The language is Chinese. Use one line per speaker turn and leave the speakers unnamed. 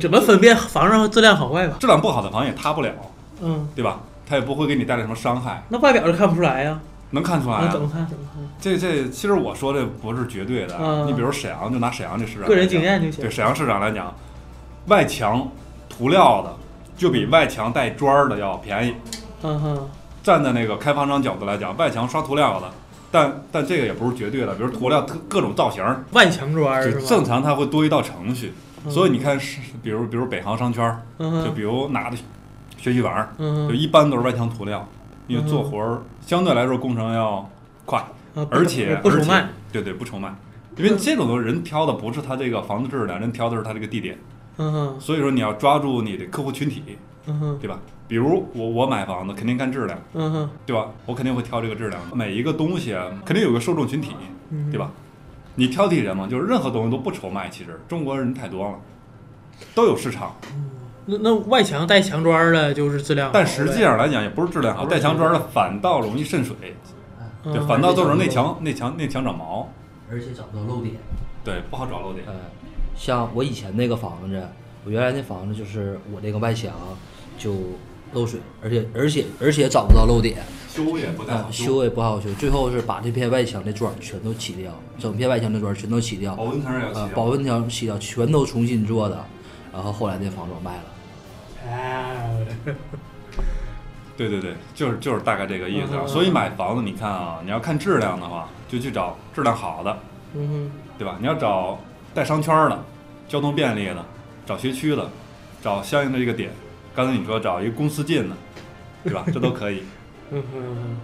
怎么分辨房上质量好坏吧？
质量不好的房也塌不了，
嗯，
对吧？它也不会给你带来什么伤害，
那外表就看不出来呀、
能看出来、
那怎
啊。
么看怎么看？
这这其实我说这不是绝对的，
嗯
你比如沈阳，就拿沈阳这市场来讲，
个人经验就
对
行。
沈阳市场来讲，外墙涂料的就比外墙带砖儿的要便宜。
嗯哼，
站在那个开发商角度来讲，外墙刷涂料的，但但这个也不是绝对的，比如涂料特各种造型儿，
外墙砖儿
就是正
吧？
常它会多一道程序。
嗯
所以你，看是，比如比如北航商圈儿，
嗯
就
哼，
比如拿的学区房儿，
嗯
就
哼，
一般都是外墙涂料，因为
嗯
做活儿相对来说工程要快，
啊不
而且
不嗯出卖，，
对对，不愁卖。因为这种东西人挑的不是它这个房子质量，人挑的是它这个地点，
嗯哼，
所以说你要抓住你的客户群体，
嗯哼，
对吧？比如我我买房子肯定看质量，
嗯哼，
对吧？我肯定会挑这个质量，每一个东西啊肯定有个受众群体，
嗯
对吧？你挑剔人嘛，就是任何东西都不愁卖，其实中国人太多了，都有市场，
那那外墙带墙砖儿的，就是质量好呗，
但实际上来讲也不是质量好，带墙砖的反倒容易渗水，
嗯
对，反倒造成内墙内墙内墙长毛，
而且找不到漏点。
对，不好找漏点。
嗯
呃，像我以前那个房子，我原来那房子就是我这个外墙就漏水，而且而且而且找不到漏点，
修也不太
呃
嗯
好修，
修也不好修，最后是把这片外墙的砖全都起掉，整片外墙的砖全都起掉
保，温层也要啊
呃
嗯
起，
保温条起掉，全都重新做的，然后后来那房子我卖了。
哎我的
对对对，就是就是大概这个意思啊。
嗯
所以买房子，你看啊，你要看质量的话，就去找质量好的，
嗯哼。
对吧？你要找带商圈的、交通便利的，找学区的，找相应的这个点。刚才你说找一个公司近的，对吧？这都可以。
嗯哼，